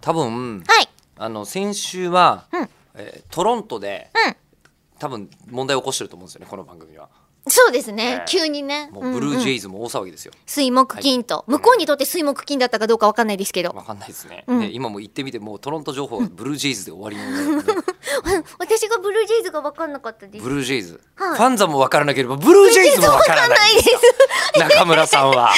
多分はい。あの先週は、うんえートロントでうん。多分問題を起こしてると思うんですよねこの番組はそうですねね。急にね。もうブルージんェんイズも大騒ぎですよ、水木金と、向こうにとって水木金だったかどうかわかんないですけど。わかんないですね、うんで今もう行ってみてもうトロント情報はブルージェイズで終わりなので、 私がブルージェイズがわかんなかったです。ブ ブルルージェイズ、はいファンザもわからなければブルージェイズもわからないージェイズわかんないです。中村さん は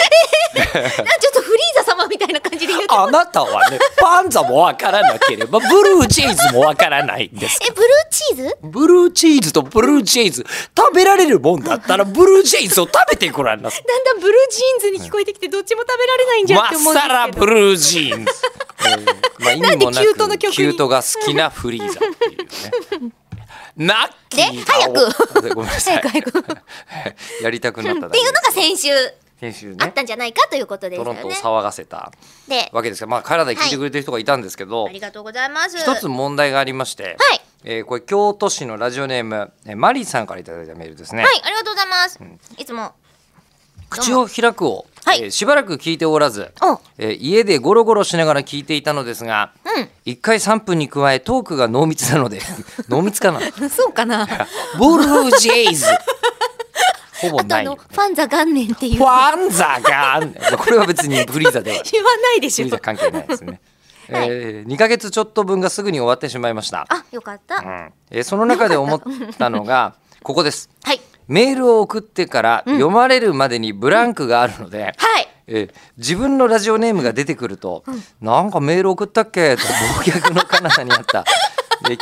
なんかちょっとフリーザ様みたいな感じで言 うと。あなたはねファンザもわからなければブルージェイズもわからないんですえ、ブルーチーズブルーチーズとブルージェイズ食べられるもんだったらブルージェイズを食べてごらんなさいだんだんブルージーンズに聞こえてきてどっちも食べられないんじゃんまっって思うんですさけど。らブルージーンズ。 まあ意味もななんでキュートくの曲にキュートが好きなフリーザっていう ね。ナッキーがで早くごめんなさい早く早く。 やりたくなっただっけていうのが先週先週あっねたんじゃないかということですトロよンねトを。騒がせたで、わけですがまあカナダに聞いてくれてる人がいたんですけどありがとうございます。一つ問題がありましてはいえーこれ京都市のラジオネームえーマリーさんからいただいたメールですねはい、ありがとうございます。いつも。口を開くをはいえーしばらく聞いておらずおえー家でゴロゴロしながら聞いていたのですがう。1回3分に加えトークが濃密なので 濃密かなん そうかな。ブルージェイズほぼあとなあいの、フよァンザ元年っていう。ファンザガンこれは別にフリーザでは 言わないでフしリーょザ。関係ないですね、 はいえー、2ヶ月ちょっと分がすぐに終わってしまいました、あ、よかった。うはんえーその中で思ったの がここですい。メールを送ってから読まれるまでにブランクがあるので、はい。えー自分のラジオネームが出てくると、なんかメール送ったっけ と暴虐の彼方にあった、えー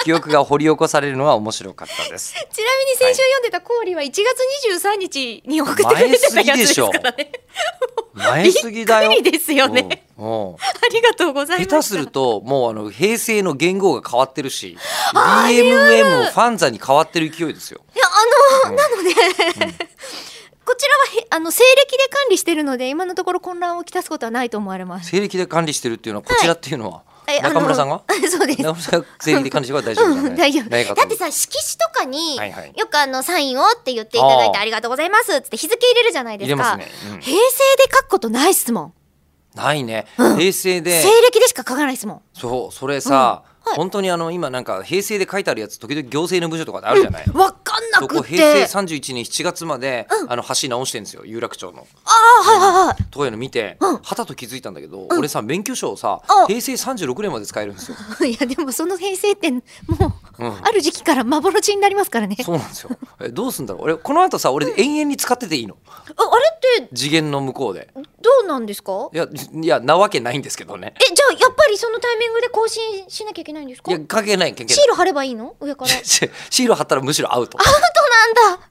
記憶が掘り起こされるのは面白かったです。ちなみに先週読んでた氷は1月23日に送ってくれてたやつですからね。前すぎだよ。びっくりですよねうん。うん ありがとうございま下した。手するともうあの平成の元号が変わってるし BMM ファンザに変わってる勢いですよいや、あの、なので、こちらはへ、あの、西暦で管理してるので、今のところ混乱をきたすことはないと思われます。西暦で管理してるっていうのはこちらっていうのは、えあの中村さんが そうです。中村さんが西暦で管理してるから大丈夫だうね、ん、大丈夫。ないかとだっ思てうさ、色紙とかに、はいはいよくあの、サインをって言っていただいてあーありがとうございますっつって日付入れるじゃないで入すれか。ますね、うん平成で書くことないっすもん。ないね、平成で西暦でしか書かないっすもん。そうそれさ、うんはい本当にあの今なんか平成で書いてあるやつ時々行政の部署とかであるじゃない、わかんなそくこって。平成31年7月まで、あの橋直してんですよ有楽町の。ああ、はいはいはい。とかいうの見て、うんはたと気づいたんだけど、俺さ免許証をさあ平成36年まで使えるんですよ。 いやでもその平成ってもう、うんある時期から幻になりますからねあそうなんですよえどうすんだろう俺この後さ俺永遠に使ってていいのあれって次元の向こうでどうなんですかいやいやなわけないんですけどねえじゃあやっぱりそのタイミングで更新しなきゃいけないんですい かや関係ない関係なシいール貼ればいいの上からシール貼ったらむしろアウトあ本当なんだ